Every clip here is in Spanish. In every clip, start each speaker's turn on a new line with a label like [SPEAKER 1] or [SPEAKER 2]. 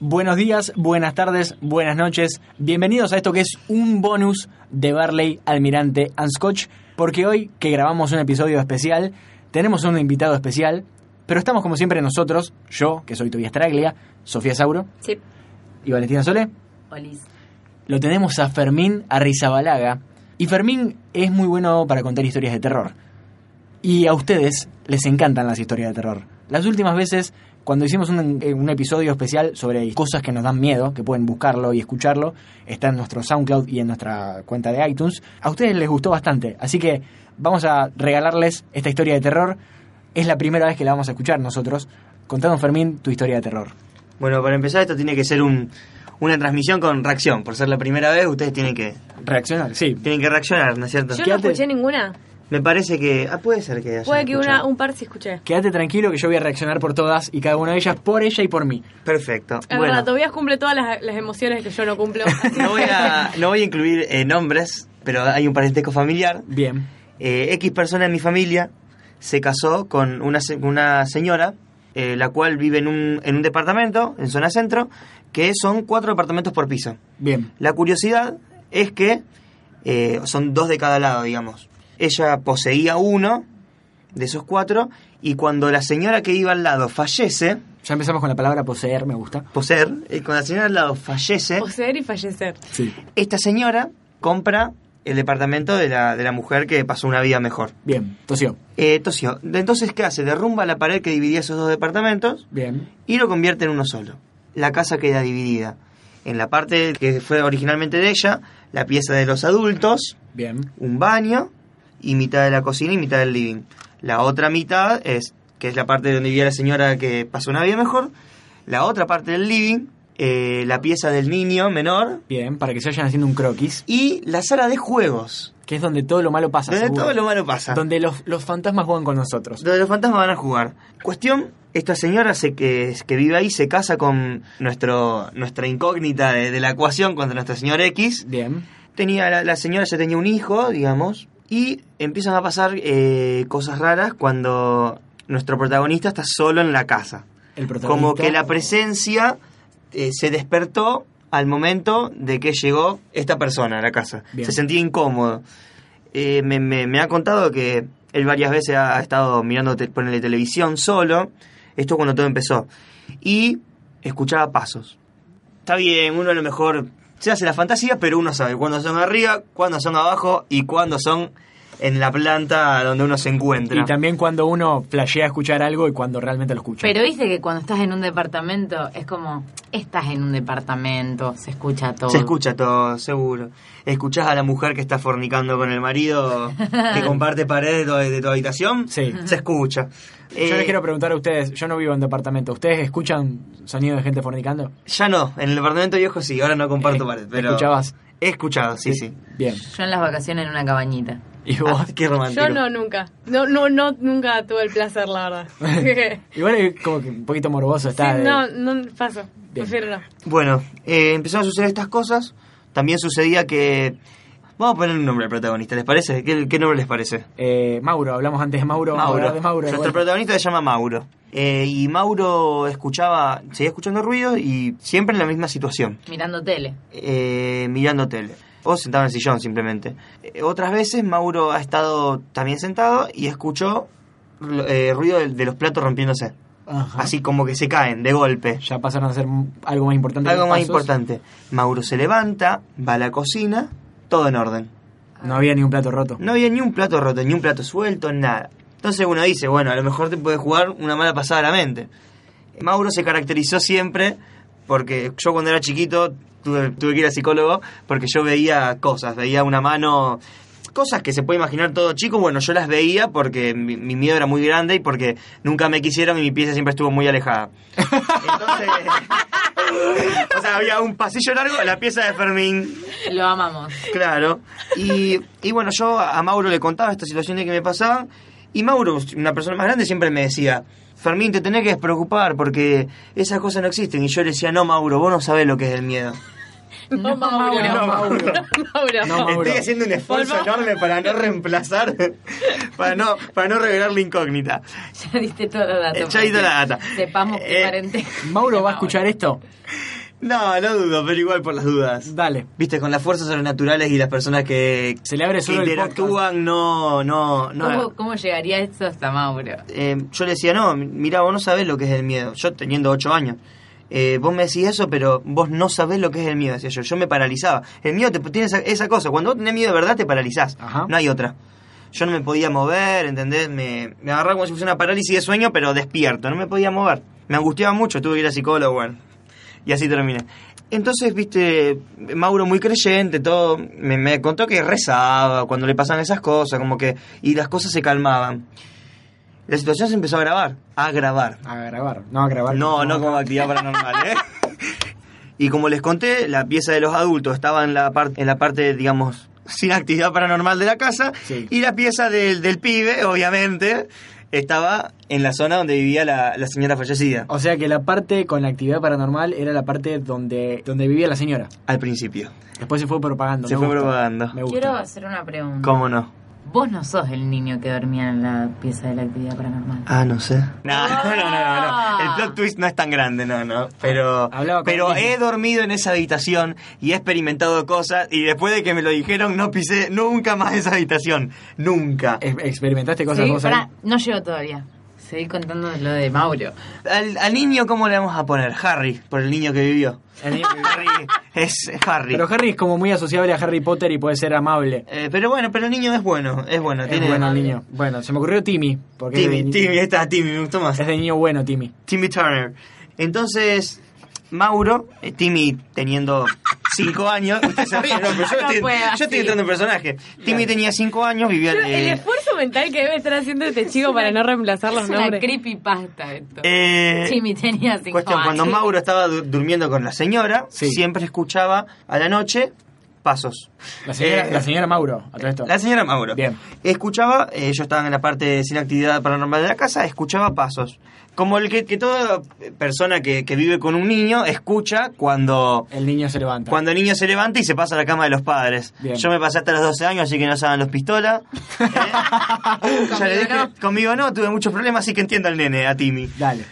[SPEAKER 1] Buenos días, buenas tardes, buenas noches. Bienvenidos a esto que es un bonus de Barley, Almirante and Scotch, porque hoy que grabamos un episodio especial, tenemos un invitado especial, pero estamos como siempre nosotros, yo, que soy Tobias Traglia, Sofía Sauro
[SPEAKER 2] Sí.
[SPEAKER 1] y Valentina Solé.
[SPEAKER 2] Olis.
[SPEAKER 1] Lo tenemos a Fermín Arrizabalaga. Y Fermín es muy bueno para contar historias de terror. Y a ustedes les encantan las historias de terror. Las últimas veces, cuando hicimos un, eh, un episodio especial sobre cosas que nos dan miedo, que pueden buscarlo y escucharlo, está en nuestro SoundCloud y en nuestra cuenta de iTunes, a ustedes les gustó bastante. Así que vamos a regalarles esta historia de terror. Es la primera vez que la vamos a escuchar nosotros. Contanos, Fermín, tu historia de terror.
[SPEAKER 3] Bueno, para empezar esto tiene que ser un- una transmisión con reacción. Por ser la primera vez, ustedes tienen que
[SPEAKER 1] Reaccionar, sí.
[SPEAKER 3] tienen que reaccionar, ¿no es cierto?
[SPEAKER 2] Yo no
[SPEAKER 1] Quédate.
[SPEAKER 2] escuché ninguna.
[SPEAKER 3] Me parece que... Ah, puede ser que... hayan
[SPEAKER 2] Puede que una,
[SPEAKER 3] escuchado.
[SPEAKER 2] un par sí escuché.
[SPEAKER 1] Quédate tranquilo que yo voy a reaccionar por todas y cada una de ellas, por ella y por mí.
[SPEAKER 3] Perfecto.
[SPEAKER 2] Es
[SPEAKER 3] bueno,
[SPEAKER 2] verdad, Tobias cumple todas las, las emociones que yo no cumplo. así
[SPEAKER 3] no voy a, no voy a incluir eh, nombres, pero hay un parentesco familiar.
[SPEAKER 1] Bien.
[SPEAKER 3] Eh, X persona en mi familia se casó con una, se- una señora, eh, la cual vive en un, en un departamento, en zona centro, que son cuatro departamentos por piso.
[SPEAKER 1] Bien.
[SPEAKER 3] La curiosidad es que eh, son dos de cada lado, digamos. Ella poseía uno de esos cuatro y cuando la señora que iba al lado fallece,
[SPEAKER 1] Ya empezamos con la palabra poseer, me gusta.
[SPEAKER 3] poseer, eh, cuando la señora al lado fallece,
[SPEAKER 2] Poseer y fallecer.
[SPEAKER 1] Sí.
[SPEAKER 3] esta señora compra el departamento de la, de la mujer que pasó una vida mejor.
[SPEAKER 1] Bien. Tosió.
[SPEAKER 3] Eh, Tosio, de- entonces, ¿qué hace? Derrumba la pared que dividía esos dos departamentos
[SPEAKER 1] Bien.
[SPEAKER 3] y lo convierte en uno solo. La casa queda dividida. En la parte que fue originalmente de ella, la pieza de los adultos,
[SPEAKER 1] Bien.
[SPEAKER 3] un baño y mitad de la cocina y mitad del living. La otra mitad es, que es la parte donde vivía la señora que pasó una vida mejor, la otra parte del living, eh, la pieza del niño menor
[SPEAKER 1] Bien. Para que se vayan haciendo un croquis,
[SPEAKER 3] y la sala de juegos,
[SPEAKER 1] que es donde todo lo malo pasa.
[SPEAKER 3] donde
[SPEAKER 1] seguro.
[SPEAKER 3] todo lo malo pasa,
[SPEAKER 1] Donde los, los fantasmas juegan con nosotros.
[SPEAKER 3] donde los fantasmas van a jugar. Cuestión, esta señora se, que, que vive ahí se casa con nuestro, nuestra incógnita de, de la ecuación contra nuestra señora X.
[SPEAKER 1] Bien.
[SPEAKER 3] tenía la, la señora ya tenía un hijo, digamos, y empiezan a pasar eh, cosas raras cuando nuestro protagonista está solo en la casa.
[SPEAKER 1] El protagonista.
[SPEAKER 3] Como que la presencia eh, se despertó al momento de que llegó esta persona a la casa.
[SPEAKER 1] Bien.
[SPEAKER 3] Se sentía incómodo. Eh, me, me- me ha contado que él varias veces ha, ha estado mirando te- ponele televisión solo. Esto cuando todo empezó. Y escuchaba pasos. Está bien, uno a lo mejor se hace la fantasía, pero uno sabe cuándo son arriba, cuándo son abajo y cuándo son en la planta donde uno se encuentra.
[SPEAKER 1] Y también cuando uno flashea a escuchar algo y cuando realmente lo escucha.
[SPEAKER 4] Pero dice que cuando estás en un departamento es como, estás en un departamento, se escucha todo.
[SPEAKER 3] Se escucha todo, seguro. Escuchás a la mujer que está fornicando con el marido, que comparte paredes de tu, de tu habitación.
[SPEAKER 1] Sí.
[SPEAKER 3] Se escucha.
[SPEAKER 1] Yo
[SPEAKER 3] Eh,
[SPEAKER 1] les quiero preguntar a ustedes, yo no vivo en departamento, ¿ustedes escuchan sonido de gente fornicando?
[SPEAKER 3] Ya no, en el departamento viejo sí, ahora no comparto
[SPEAKER 1] Eh,
[SPEAKER 3] pared. Pero
[SPEAKER 1] ¿Escuchabas?
[SPEAKER 3] He escuchado, sí, sí.
[SPEAKER 1] Bien.
[SPEAKER 4] Yo en las vacaciones en una cabañita.
[SPEAKER 1] ¿Y vos?
[SPEAKER 3] Ah, qué romántico.
[SPEAKER 2] Yo no, nunca. No, no, no, nunca tuve el placer, la verdad.
[SPEAKER 1] Igual es como que un poquito morboso está.
[SPEAKER 2] Sí,
[SPEAKER 1] de-
[SPEAKER 2] no, no, paso. Prefiero no.
[SPEAKER 3] Bueno, eh, empezaron a suceder estas cosas. También sucedía que... Vamos a poner un nombre al protagonista, ¿les parece? ¿Qué, qué nombre les parece?
[SPEAKER 1] Eh, Mauro, hablamos antes de Mauro. vamos a hablar de Mauro.
[SPEAKER 3] Nuestro
[SPEAKER 1] bueno.
[SPEAKER 3] protagonista se llama Mauro. Eh, y Mauro escuchaba, seguía escuchando ruidos y siempre en la misma situación.
[SPEAKER 4] Mirando tele.
[SPEAKER 3] eh, mirando tele o sentado en el sillón simplemente. Eh, otras veces Mauro ha estado también sentado y escuchó ru- eh, ruido de, de los platos rompiéndose,
[SPEAKER 1] Ajá.
[SPEAKER 3] así como que se caen de golpe.
[SPEAKER 1] Ya pasaron a ser m- algo más importante. que
[SPEAKER 3] Algo
[SPEAKER 1] los
[SPEAKER 3] más
[SPEAKER 1] pasos.
[SPEAKER 3] importante, Mauro se levanta, va a la cocina, todo en orden.
[SPEAKER 1] No había ni un plato roto.
[SPEAKER 3] No había ni un plato roto, ni un plato suelto, nada. Entonces uno dice, bueno, a lo mejor te puede jugar una mala pasada a la mente. Mauro se caracterizó siempre porque yo cuando era chiquito tuve, tuve que ir al psicólogo porque yo veía cosas, veía una mano, cosas que se puede imaginar todo chico, bueno, yo las veía porque mi, mi miedo era muy grande y porque nunca me quisieron y mi pieza siempre estuvo muy alejada. Entonces, o sea, había un pasillo largo, la pieza de Fermín,
[SPEAKER 4] Lo amamos.
[SPEAKER 3] Claro. Y, y bueno, yo a Mauro le contaba estas situaciones que me pasaban. Y Mauro, una persona más grande, siempre me decía, Fermín, te tenés que despreocupar porque esas cosas no existen. Y yo le decía, no, Mauro, vos no sabés lo que es el miedo.
[SPEAKER 2] No, Mauro.
[SPEAKER 3] No, Mauro.
[SPEAKER 2] Mauro.
[SPEAKER 1] No, Mauro.
[SPEAKER 3] Estoy haciendo un esfuerzo
[SPEAKER 2] Volvamos.
[SPEAKER 3] enorme para no reemplazar, para no, para no revelar la incógnita.
[SPEAKER 4] Ya diste toda la data.
[SPEAKER 3] Eh, ya di toda la data.
[SPEAKER 4] Sepamos qué
[SPEAKER 3] Eh,
[SPEAKER 4] parentesco.
[SPEAKER 1] Mauro va a escuchar esto.
[SPEAKER 3] No, no dudo, pero igual por las dudas.
[SPEAKER 1] Dale.
[SPEAKER 3] Viste, con las fuerzas sobrenaturales y las personas que,
[SPEAKER 1] Se le abre
[SPEAKER 3] que
[SPEAKER 1] solo el podcast.
[SPEAKER 3] interactúan, no, no, no.
[SPEAKER 4] ¿Cómo, cómo llegaría esto hasta Mauro?
[SPEAKER 3] Eh, yo le decía, no, mirá, vos no sabés lo que es el miedo. Yo teniendo ocho años. eh, vos me decís eso, pero vos no sabés lo que es el miedo, decía yo. Yo me paralizaba. El miedo te tiene esa, esa cosa. Cuando vos tenés miedo de verdad, te paralizás.
[SPEAKER 1] Ajá.
[SPEAKER 3] No hay otra. Yo no me podía mover, ¿entendés? Me, me agarraba como si fuese una parálisis de sueño, pero despierto. No me podía mover. Me angustiaba mucho. Tuve que ir a psicólogo, bueno. Y así terminé. Entonces, viste, Mauro muy creyente, todo, me, me contó que rezaba cuando le pasan esas cosas, como que, y las cosas se calmaban. La situación se empezó a grabar, a grabar.
[SPEAKER 1] A grabar. No, a grabar.
[SPEAKER 3] No, no como actividad paranormal, ¿eh? Y como les conté, la pieza de los adultos estaba en la, parte en la parte, digamos, sin actividad paranormal de la casa.
[SPEAKER 1] Sí.
[SPEAKER 3] Y la pieza del, del pibe, obviamente, estaba en la zona donde vivía la, la señora fallecida.
[SPEAKER 1] O sea que la parte con la actividad paranormal era la parte donde, donde vivía la señora.
[SPEAKER 3] Al principio.
[SPEAKER 1] Después se fue propagando.
[SPEAKER 3] Se
[SPEAKER 1] me
[SPEAKER 3] fue
[SPEAKER 1] gusta.
[SPEAKER 3] propagando.
[SPEAKER 1] Me gusta.
[SPEAKER 4] Quiero hacer una pregunta.
[SPEAKER 3] ¿Cómo no?
[SPEAKER 4] Vos no sos el niño que dormía en la pieza de la actividad paranormal.
[SPEAKER 3] Ah, no sé. No, no, no, no, no.
[SPEAKER 4] Ah.
[SPEAKER 3] El plot twist no es tan grande, no, no. Pero,
[SPEAKER 1] Hablaba con
[SPEAKER 3] pero
[SPEAKER 1] Disney.
[SPEAKER 3] he dormido en esa habitación y he experimentado cosas y después de que me lo dijeron no pisé nunca más esa habitación. Nunca.
[SPEAKER 1] Ex- Experimentaste cosas
[SPEAKER 4] Seguí-
[SPEAKER 1] vos ahí.
[SPEAKER 4] pará, no llego todavía. Seguí contando lo de Mauro.
[SPEAKER 3] Al, al niño, ¿cómo le vamos a poner? Harry, por el niño que vivió.
[SPEAKER 1] El niño que-
[SPEAKER 3] Harry es Harry.
[SPEAKER 1] Pero Harry es como muy asociable a Harry Potter y puede ser amable.
[SPEAKER 3] Eh, pero bueno, pero el niño es bueno, es bueno.
[SPEAKER 1] Es
[SPEAKER 3] tiene...
[SPEAKER 1] bueno el niño. Bueno, se me ocurrió Timmy. Porque es
[SPEAKER 3] Timmy,
[SPEAKER 1] de-
[SPEAKER 3] Timmy, ahí está Timmy, me gustó más.
[SPEAKER 1] Es de niño bueno, Timmy.
[SPEAKER 3] Timmy Turner. Entonces, Mauro, eh, Timmy teniendo 5 años, usted se ríe, no, pero yo,
[SPEAKER 4] No
[SPEAKER 3] estoy,
[SPEAKER 4] puedo,
[SPEAKER 3] yo
[SPEAKER 4] sí.
[SPEAKER 3] estoy entrando en personaje. Timmy tenía 5 años, vivía
[SPEAKER 2] Pero el
[SPEAKER 3] eh,
[SPEAKER 2] esfuerzo mental que debe estar haciendo este chico para no reemplazar los
[SPEAKER 4] es una
[SPEAKER 2] nombres.
[SPEAKER 4] creepypasta esto.
[SPEAKER 3] eh,
[SPEAKER 4] Jimmy tenía cinco
[SPEAKER 3] Cuestión, cuando
[SPEAKER 4] años.
[SPEAKER 3] Mauro estaba du- durmiendo con la señora,
[SPEAKER 1] Sí.
[SPEAKER 3] siempre escuchaba a la noche pasos.
[SPEAKER 1] La señora,
[SPEAKER 3] Eh,
[SPEAKER 1] la señora Mauro, a todo esto.
[SPEAKER 3] La señora Mauro.
[SPEAKER 1] Bien.
[SPEAKER 3] Escuchaba, eh, yo estaba en la parte sin actividad paranormal de la casa, escuchaba pasos. Como el que, que toda persona que, que vive con un niño escucha cuando
[SPEAKER 1] El niño se levanta.
[SPEAKER 3] Cuando el niño se levanta y se pasa a la cama de los padres.
[SPEAKER 1] Bien.
[SPEAKER 3] Yo me pasé hasta los 12 años, así que no saben los Eh, pistolas.
[SPEAKER 4] Conmigo no.
[SPEAKER 3] Conmigo no, tuve muchos problemas, así que entiendo al nene, a Timmy.
[SPEAKER 1] Dale.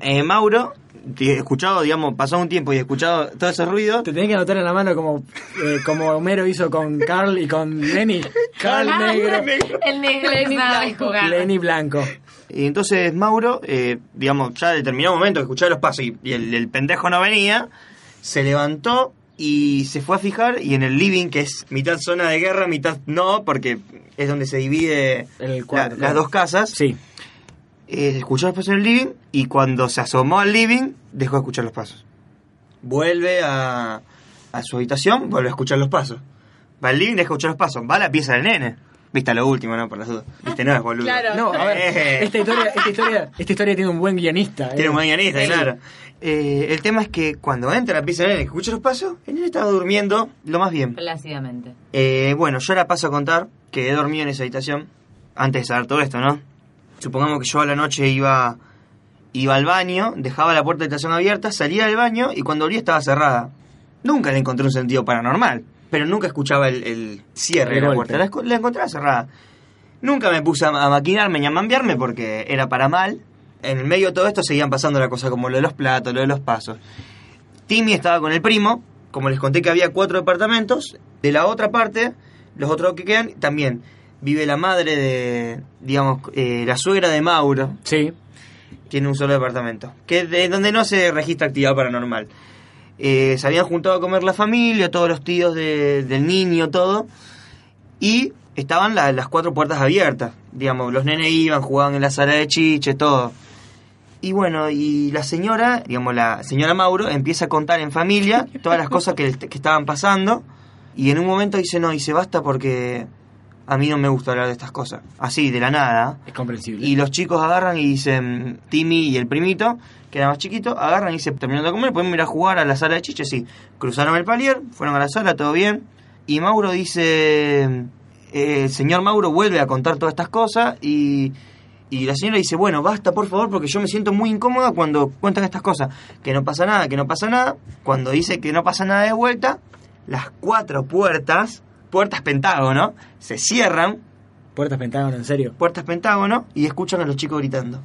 [SPEAKER 3] Eh, Mauro, te- escuchado, digamos, pasó un tiempo y escuchado todo ese ruido.
[SPEAKER 1] Te tenés que anotar en la mano como, eh, como Homero hizo con Carl y con Lenny. Carl
[SPEAKER 4] Ah,
[SPEAKER 1] negro,
[SPEAKER 4] El negro
[SPEAKER 2] Lenny
[SPEAKER 4] sabe
[SPEAKER 2] Blanco.
[SPEAKER 4] jugar.
[SPEAKER 1] Lenny blanco.
[SPEAKER 3] Y entonces Mauro, eh, digamos, ya a determinado momento que escuchaba los pasos y, y el, el pendejo no venía, se levantó y se fue a fijar y en el living, que es mitad zona de guerra, mitad no, porque es donde se divide
[SPEAKER 1] El
[SPEAKER 3] la-
[SPEAKER 1] cuarto,
[SPEAKER 3] las
[SPEAKER 1] claro.
[SPEAKER 3] dos casas.
[SPEAKER 1] Sí.
[SPEAKER 3] Eh, escuchó los pasos en el living y cuando se asomó al living dejó de escuchar los pasos. Vuelve a, a su habitación, vuelve a escuchar los pasos. Va al living, deja de escuchar los pasos. Va a la pieza del nene. Viste, a lo último, ¿no? Por las dudas. Viste, no es boludo.
[SPEAKER 2] Claro.
[SPEAKER 1] No, a ver.
[SPEAKER 3] Eh.
[SPEAKER 1] Esta historia, esta historia, esta historia tiene un buen guionista. eh.
[SPEAKER 3] Tiene un mañanista,
[SPEAKER 1] Sí.
[SPEAKER 3] claro. Eh, el tema es que cuando entra a la pieza del nene, que escucha los pasos, el nene estaba durmiendo lo más bien.
[SPEAKER 4] Plácidamente.
[SPEAKER 3] Eh, bueno, yo ahora paso a contar que he dormido en esa habitación antes de saber todo esto, ¿no? Supongamos que yo a la noche iba, iba al baño, dejaba la puerta de la habitación abierta, salía del baño y cuando volvía estaba cerrada. Nunca le encontré un sentido paranormal, pero nunca escuchaba el, el
[SPEAKER 1] El
[SPEAKER 3] cierre de la
[SPEAKER 1] golpe.
[SPEAKER 3] puerta, la, escu- la encontraba cerrada. Nunca me puse a, ma- a maquinarme ni a mambiarme porque era para mal. En el medio de todo esto seguían pasando la cosa como lo de los platos, lo de los pasos. Timmy estaba con el primo, como les conté que había cuatro departamentos, de la otra parte, los otros que quedan, también vive la madre de, digamos, eh, la suegra de Mauro,
[SPEAKER 1] Sí.
[SPEAKER 3] tiene un solo departamento, que es de donde no se registra actividad paranormal. Eh, se habían juntado a comer la familia, todos los tíos de- del niño, todo, y estaban la- las cuatro puertas abiertas, digamos, los nenes iban, jugaban en la sala de chiche, todo. Y bueno, y la señora, digamos, la señora Mauro empieza a contar en familia todas las cosas que, que estaban pasando, y en un momento dice, no, dice, basta porque a mí no me gusta hablar de estas cosas, así, de la nada.
[SPEAKER 1] Es comprensible.
[SPEAKER 3] Y los chicos agarran y dicen, Timmy y el primito, que era más chiquito, agarran y se terminaron de comer, podemos ir a jugar a la sala de chiche, sí. Cruzaron el palier, fueron a la sala, todo bien. Y Mauro dice, eh, el señor Mauro vuelve a contar todas estas cosas y, y la señora dice, bueno, basta por favor, porque yo me siento muy incómoda cuando cuentan estas cosas. Que no pasa nada, que no pasa nada. Cuando dice que no pasa nada de vuelta, las cuatro puertas, puertas pentágono, se cierran,
[SPEAKER 1] Puertas Pentágono, en serio.
[SPEAKER 3] puertas pentágono, y escuchan a los chicos gritando.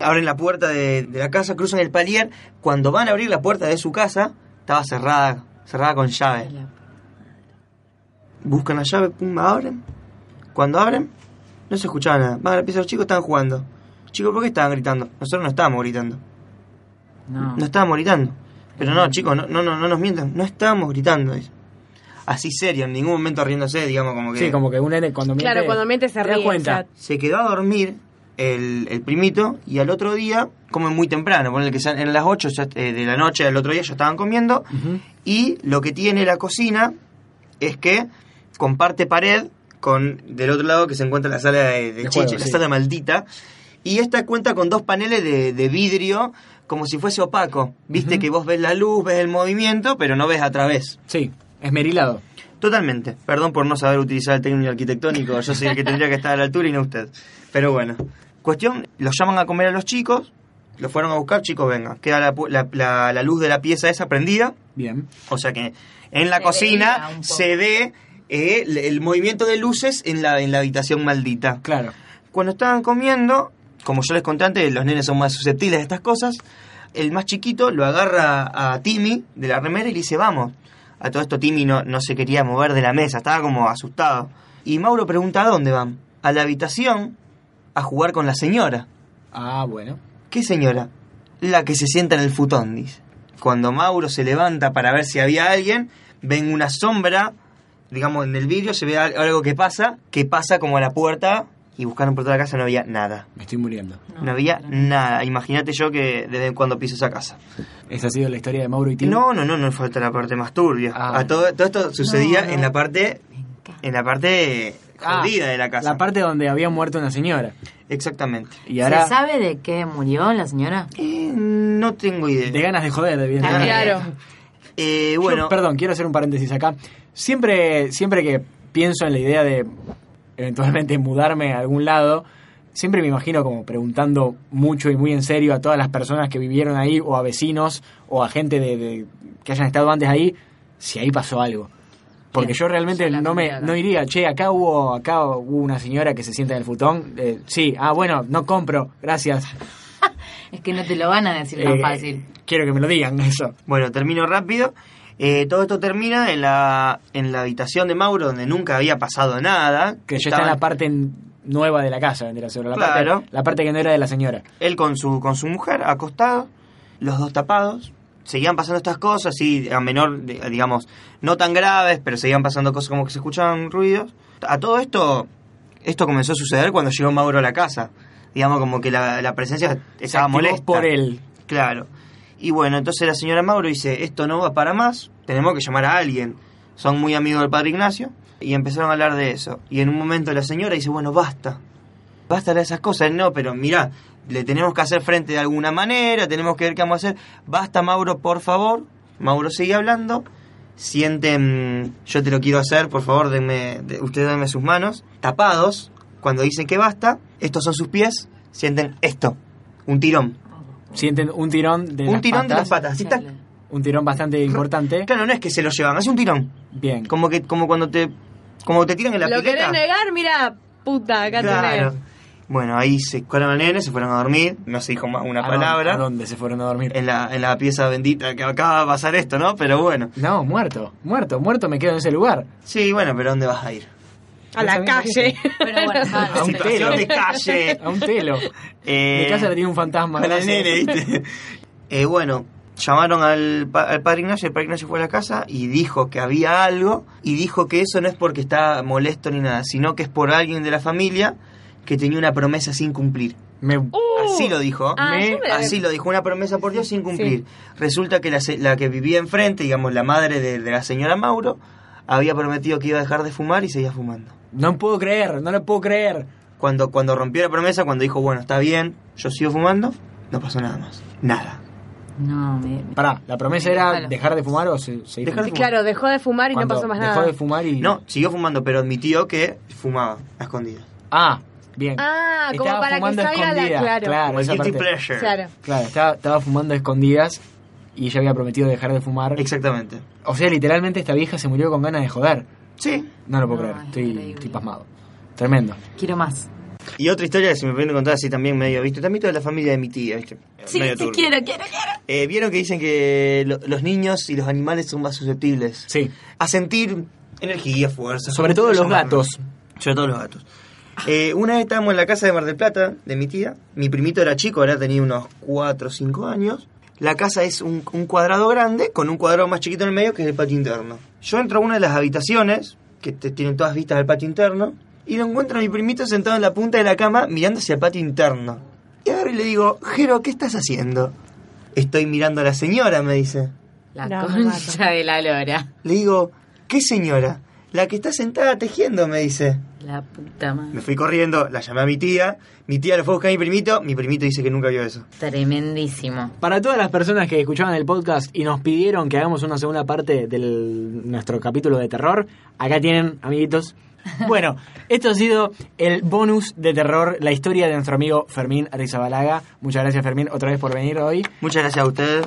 [SPEAKER 3] Abren la puerta de, de la casa, cruzan el palier. Cuando van a abrir la puerta de su casa, estaba cerrada, cerrada con llave. Buscan la llave, pum, abren. Cuando abren, no se escuchaba nada. Van a la pieza de los chicos, estaban jugando. Chicos, ¿por qué estaban gritando? Nosotros no estábamos gritando.
[SPEAKER 4] No.
[SPEAKER 3] No estábamos gritando. Pero no, chicos, no, no, no, no nos mientan. No estábamos gritando. dice. Así serio, en ningún momento riéndose, digamos, como que...
[SPEAKER 1] Sí, como que un nene cuando miente...
[SPEAKER 2] Claro, cuando miente se
[SPEAKER 1] ¿Te das
[SPEAKER 2] ríe.
[SPEAKER 1] cuenta?
[SPEAKER 2] o sea,
[SPEAKER 3] Se quedó a dormir el, el primito y al otro día comen muy temprano. Ponle que sean en las 8 ya, eh, de la noche, al otro día ya estaban comiendo.
[SPEAKER 1] Ujú.
[SPEAKER 3] Y lo que tiene la cocina es que comparte pared con del otro lado que se encuentra la sala de, de
[SPEAKER 1] De
[SPEAKER 3] chiche,
[SPEAKER 1] juego,
[SPEAKER 3] la
[SPEAKER 1] sí.
[SPEAKER 3] sala maldita. Y esta cuenta con dos paneles de, de vidrio como si fuese opaco. Viste que vos ves la luz, ves el movimiento, pero no ves a través.
[SPEAKER 1] Sí, esmerilado.
[SPEAKER 3] Totalmente. Perdón por no saber utilizar el término arquitectónico. Yo soy el que tendría que estar a la altura y no usted. Pero bueno. Cuestión, los llaman a comer a los chicos. Los fueron a buscar, chicos, venga. Queda la, pu- la- la- la luz de la pieza esa prendida.
[SPEAKER 1] Bien.
[SPEAKER 3] O sea que en la
[SPEAKER 4] Se veía
[SPEAKER 3] cocina
[SPEAKER 4] un poco.
[SPEAKER 3] se ve eh, el, el movimiento de luces en la, en la habitación maldita.
[SPEAKER 1] Claro.
[SPEAKER 3] Cuando estaban comiendo, como yo les conté antes, los nenes son más susceptibles a estas cosas. El más chiquito lo agarra a Timmy de la remera y le dice, vamos. A todo esto Timmy no, no se quería mover de la mesa, estaba como asustado. Y Mauro pregunta, ¿a dónde van? A la habitación a jugar con la señora.
[SPEAKER 1] Ah, bueno.
[SPEAKER 3] ¿Qué señora? La que se sienta en el futón, dice. Cuando Mauro se levanta para ver si había alguien, ven una sombra, digamos, en el vidrio, se ve al- algo que pasa, que pasa como a la puerta, y buscaron por toda la casa, no había nada.
[SPEAKER 1] Me estoy muriendo.
[SPEAKER 3] No, había nada. Imagínate yo que desde cuando piso esa casa.
[SPEAKER 1] Esa ha sido la historia de Mauro y Tim.
[SPEAKER 3] No, no, no, no falta la parte más turbia.
[SPEAKER 1] Ah.
[SPEAKER 3] A todo, todo esto sucedía
[SPEAKER 4] No, no.
[SPEAKER 3] en la parte,
[SPEAKER 4] Me encanta.
[SPEAKER 3] en la parte
[SPEAKER 1] Ah,
[SPEAKER 3] jodida de la casa.
[SPEAKER 1] La parte donde había muerto una señora.
[SPEAKER 3] Exactamente.
[SPEAKER 1] Y ahora...
[SPEAKER 4] ¿Se sabe de qué murió la señora?
[SPEAKER 3] Eh, no tengo idea.
[SPEAKER 1] De ganas de joder, evidentemente.
[SPEAKER 2] Claro.
[SPEAKER 3] Eh,
[SPEAKER 1] Yo,
[SPEAKER 3] bueno,
[SPEAKER 1] perdón, quiero hacer un paréntesis acá. Siempre, siempre que pienso en la idea de eventualmente mudarme a algún lado, siempre me imagino como preguntando mucho y muy en serio a todas las personas que vivieron ahí, o a vecinos, o a gente de, de- que hayan estado antes ahí, si ahí pasó algo. Porque
[SPEAKER 4] Bien,
[SPEAKER 1] yo realmente
[SPEAKER 4] yo la
[SPEAKER 1] no me
[SPEAKER 4] tendría acá.
[SPEAKER 1] no iría, che, acá hubo, acá hubo una señora que se sienta en el futón. eh, sí, ah, bueno, no compro, gracias.
[SPEAKER 4] Es que no te lo van a decir tan
[SPEAKER 1] Eh,
[SPEAKER 4] fácil.
[SPEAKER 1] Quiero que me lo digan, eso.
[SPEAKER 3] Bueno, termino rápido. Eh, todo esto termina en la, en la habitación de Mauro, donde nunca había pasado nada.
[SPEAKER 1] Que ya está en
[SPEAKER 3] Estaban-
[SPEAKER 1] la parte n- nueva de la casa, vendría a ser, La,
[SPEAKER 3] Claro.
[SPEAKER 1] parte, la parte que no era de la señora.
[SPEAKER 3] Él con su, con su mujer, acostado, los dos tapados. Seguían pasando estas cosas, sí, a menor, de- digamos, no tan graves, pero seguían pasando cosas como que se escuchaban ruidos. A todo esto, esto comenzó a suceder cuando llegó Mauro a la casa. Digamos, como que la, la presencia estaba
[SPEAKER 1] Activó
[SPEAKER 3] molesta.
[SPEAKER 1] por él.
[SPEAKER 3] Claro. Y bueno, entonces la señora Mauro dice, esto no va para más, tenemos que llamar a alguien. Son muy amigos del padre Ignacio. Y empezaron a hablar de eso. Y en un momento la señora dice, bueno, basta. Basta de esas cosas. No, pero mirá, le tenemos que hacer frente de alguna manera, tenemos que ver qué vamos a hacer. Basta, Mauro, por favor. Mauro sigue hablando. Sienten, yo te lo quiero hacer, por favor, denme, de- usted denme sus manos. Tapados, cuando dicen que basta, estos son sus pies, sienten esto, un tirón
[SPEAKER 1] Sienten un tirón de
[SPEAKER 3] un
[SPEAKER 1] las
[SPEAKER 3] tirón de
[SPEAKER 1] patas,
[SPEAKER 3] las patas. así, tac.
[SPEAKER 1] Un tirón bastante importante.
[SPEAKER 3] Claro, no es que se lo llevan, hace un tirón.
[SPEAKER 1] Bien.
[SPEAKER 3] Como que, como cuando te, como te tiran en la
[SPEAKER 2] ¿Lo
[SPEAKER 3] pileta.
[SPEAKER 2] querés negar? Mira, puta, acá
[SPEAKER 3] Claro.
[SPEAKER 2] tenés.
[SPEAKER 3] Bueno, ahí se colaron los nenes, se fueron a dormir, no se dijo más una
[SPEAKER 1] ¿A dó-
[SPEAKER 3] palabra.
[SPEAKER 1] ¿A dónde se fueron a dormir?
[SPEAKER 3] En la, en la pieza bendita que acaba de pasar esto, ¿no? Pero bueno.
[SPEAKER 1] No, muerto, muerto, muerto me quedo en ese lugar.
[SPEAKER 3] Sí, bueno, pero ¿dónde vas a ir?
[SPEAKER 2] A
[SPEAKER 1] No
[SPEAKER 2] la
[SPEAKER 1] sabía
[SPEAKER 2] calle.
[SPEAKER 4] Pero bueno,
[SPEAKER 1] A un
[SPEAKER 3] Situación
[SPEAKER 1] pelo.
[SPEAKER 3] de calle.
[SPEAKER 1] A un telo.
[SPEAKER 3] Eh,
[SPEAKER 1] Mi casa la tiene un fantasma.
[SPEAKER 3] Con el
[SPEAKER 1] gracias.
[SPEAKER 3] nene, ¿viste? Eh, bueno, llamaron al, pa- al padre Ignacio, el padre Ignacio fue a la casa y dijo que había algo y dijo que eso no es porque está molesto ni nada, sino que es por alguien de la familia que tenía una promesa sin cumplir.
[SPEAKER 1] Me-
[SPEAKER 2] Uh,
[SPEAKER 3] Así lo dijo.
[SPEAKER 2] ah,
[SPEAKER 1] Me-
[SPEAKER 2] yo me-
[SPEAKER 3] Así lo dijo, una promesa por Dios sin cumplir. Resulta que la, se- la que vivía enfrente, digamos, la madre de, de la señora Mauro, había prometido que iba a dejar de fumar y seguía fumando.
[SPEAKER 1] no puedo creer, no lo puedo creer.
[SPEAKER 3] Cuando, cuando rompió la promesa, cuando dijo, bueno, está bien, yo sigo fumando, no pasó nada más. Nada.
[SPEAKER 4] No, me-
[SPEAKER 1] Pará, la promesa era
[SPEAKER 4] Déjalo.
[SPEAKER 1] dejar de fumar o se, seguir
[SPEAKER 3] Dejar de
[SPEAKER 1] fumando?
[SPEAKER 2] Claro, dejó de fumar y
[SPEAKER 1] Cuando
[SPEAKER 2] no pasó más
[SPEAKER 1] dejó
[SPEAKER 2] nada.
[SPEAKER 1] de fumar y...
[SPEAKER 3] No, siguió fumando, pero admitió que fumaba a escondidas.
[SPEAKER 1] Ah, bien.
[SPEAKER 2] Ah, como
[SPEAKER 1] Estaba
[SPEAKER 2] para que
[SPEAKER 1] fumando
[SPEAKER 2] salga la.
[SPEAKER 1] escondida.
[SPEAKER 2] Claro.
[SPEAKER 1] Claro,
[SPEAKER 3] Como el
[SPEAKER 1] esa
[SPEAKER 3] guilty
[SPEAKER 1] parte.
[SPEAKER 3] pleasure.
[SPEAKER 2] Claro.
[SPEAKER 1] Claro, estaba, estaba fumando a escondidas y ya había prometido dejar de fumar.
[SPEAKER 3] Exactamente.
[SPEAKER 1] O sea, literalmente esta vieja se murió con ganas de joder.
[SPEAKER 3] Sí.
[SPEAKER 1] No lo puedo
[SPEAKER 4] No,
[SPEAKER 1] creer,
[SPEAKER 4] es
[SPEAKER 1] estoy,
[SPEAKER 4] increíble.
[SPEAKER 1] estoy pasmado. Tremendo.
[SPEAKER 4] Quiero más.
[SPEAKER 3] Y otra historia que se me viene a contar así también medio, ¿viste? También toda la familia de mi tía, ¿viste?
[SPEAKER 4] Sí,
[SPEAKER 3] Medio
[SPEAKER 4] sí,
[SPEAKER 3] turbio.
[SPEAKER 4] quiero, quiero, quiero.
[SPEAKER 3] Eh, Vieron que dicen que lo- los niños y los animales son más susceptibles
[SPEAKER 1] Sí.
[SPEAKER 3] a sentir energía, fuerza.
[SPEAKER 1] Sobre
[SPEAKER 3] como
[SPEAKER 1] todo los
[SPEAKER 3] quieras llamarlo.
[SPEAKER 1] gatos.
[SPEAKER 3] Sobre todo los gatos. Eh, una vez estábamos en la casa de Mar del Plata, de mi tía. Mi primito era chico, ahora tenía unos 4 o 5 años. La casa es un, un cuadrado grande con un cuadrado más chiquito en el medio que es el patio interno. Yo entro a una de las habitaciones, que te- tienen todas vistas al patio interno, y lo encuentro a mi primito sentado en la punta de la cama mirando hacia el patio interno. Y agarro y le digo, Jero, ¿qué estás haciendo? Estoy mirando a la señora, me dice.
[SPEAKER 4] La
[SPEAKER 2] No, me
[SPEAKER 4] concha de la lora.
[SPEAKER 3] Le digo, ¿qué señora? La que está sentada tejiendo, me dice.
[SPEAKER 4] La puta
[SPEAKER 3] Me
[SPEAKER 4] madre.
[SPEAKER 3] fui corriendo, la llamé a mi tía, mi tía lo fue a buscar a mi primito, mi primito dice que nunca vio eso.
[SPEAKER 4] Tremendísimo.
[SPEAKER 1] Para todas las personas que escuchaban el podcast y nos pidieron que hagamos una segunda parte de nuestro capítulo de terror, acá tienen, amiguitos. Bueno, esto ha sido el bonus de terror, la historia de nuestro amigo Fermín Arizabalaga. Muchas gracias, Fermín, otra vez por venir hoy,
[SPEAKER 3] Muchas gracias a ustedes.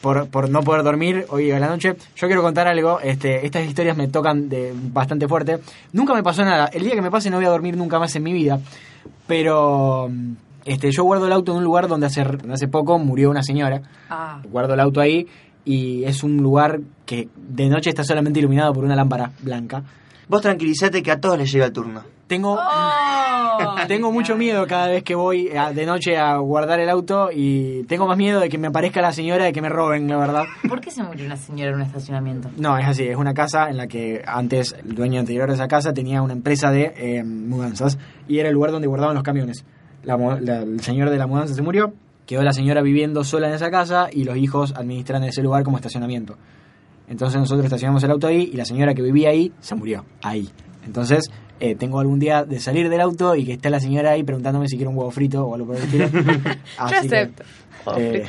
[SPEAKER 1] por, por no poder dormir hoy a la noche. Yo quiero contar algo, este, estas historias me tocan de, bastante fuerte. Nunca me pasó nada, el día que me pase no voy a dormir nunca más en mi vida, pero este, yo guardo el auto en un lugar donde hace, donde hace poco murió una señora
[SPEAKER 4] Ah.
[SPEAKER 1] guardo el auto ahí y es un lugar que de noche está solamente iluminado por una lámpara blanca.
[SPEAKER 3] Vos tranquilízate que a todos les llega el turno.
[SPEAKER 1] Tengo,
[SPEAKER 4] Oh.
[SPEAKER 1] tengo mucho miedo cada vez que voy a- de noche a guardar el auto y tengo más miedo de que me aparezca la señora de que me roben, la verdad.
[SPEAKER 4] ¿Por qué se murió una señora en un estacionamiento?
[SPEAKER 1] No, es así, es una casa en la que antes el dueño anterior de esa casa tenía una empresa de eh, mudanzas y era el lugar donde guardaban los camiones. La mu- la- el señor de la mudanza se murió, quedó la señora viviendo sola en esa casa y los hijos administran ese lugar como estacionamiento. Entonces nosotros estacionamos el auto ahí y la señora que vivía ahí se murió, ahí. Entonces eh, tengo algún día de salir del auto y que está la señora ahí preguntándome si quiero un huevo frito o algo por el estilo. Así
[SPEAKER 2] Yo
[SPEAKER 1] que,
[SPEAKER 2] acepto.
[SPEAKER 1] eh,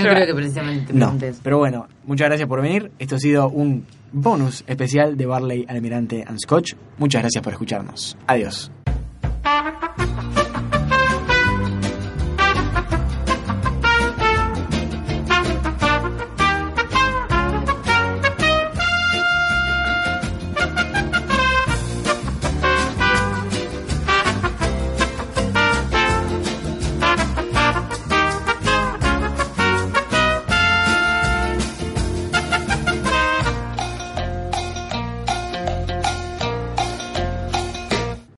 [SPEAKER 4] No creo que precisamente te
[SPEAKER 1] no,
[SPEAKER 4] preguntes.
[SPEAKER 1] pero bueno, muchas gracias por venir. Esto ha sido un bonus especial de Barley, Almirante and Scotch. Muchas gracias por escucharnos. Adiós.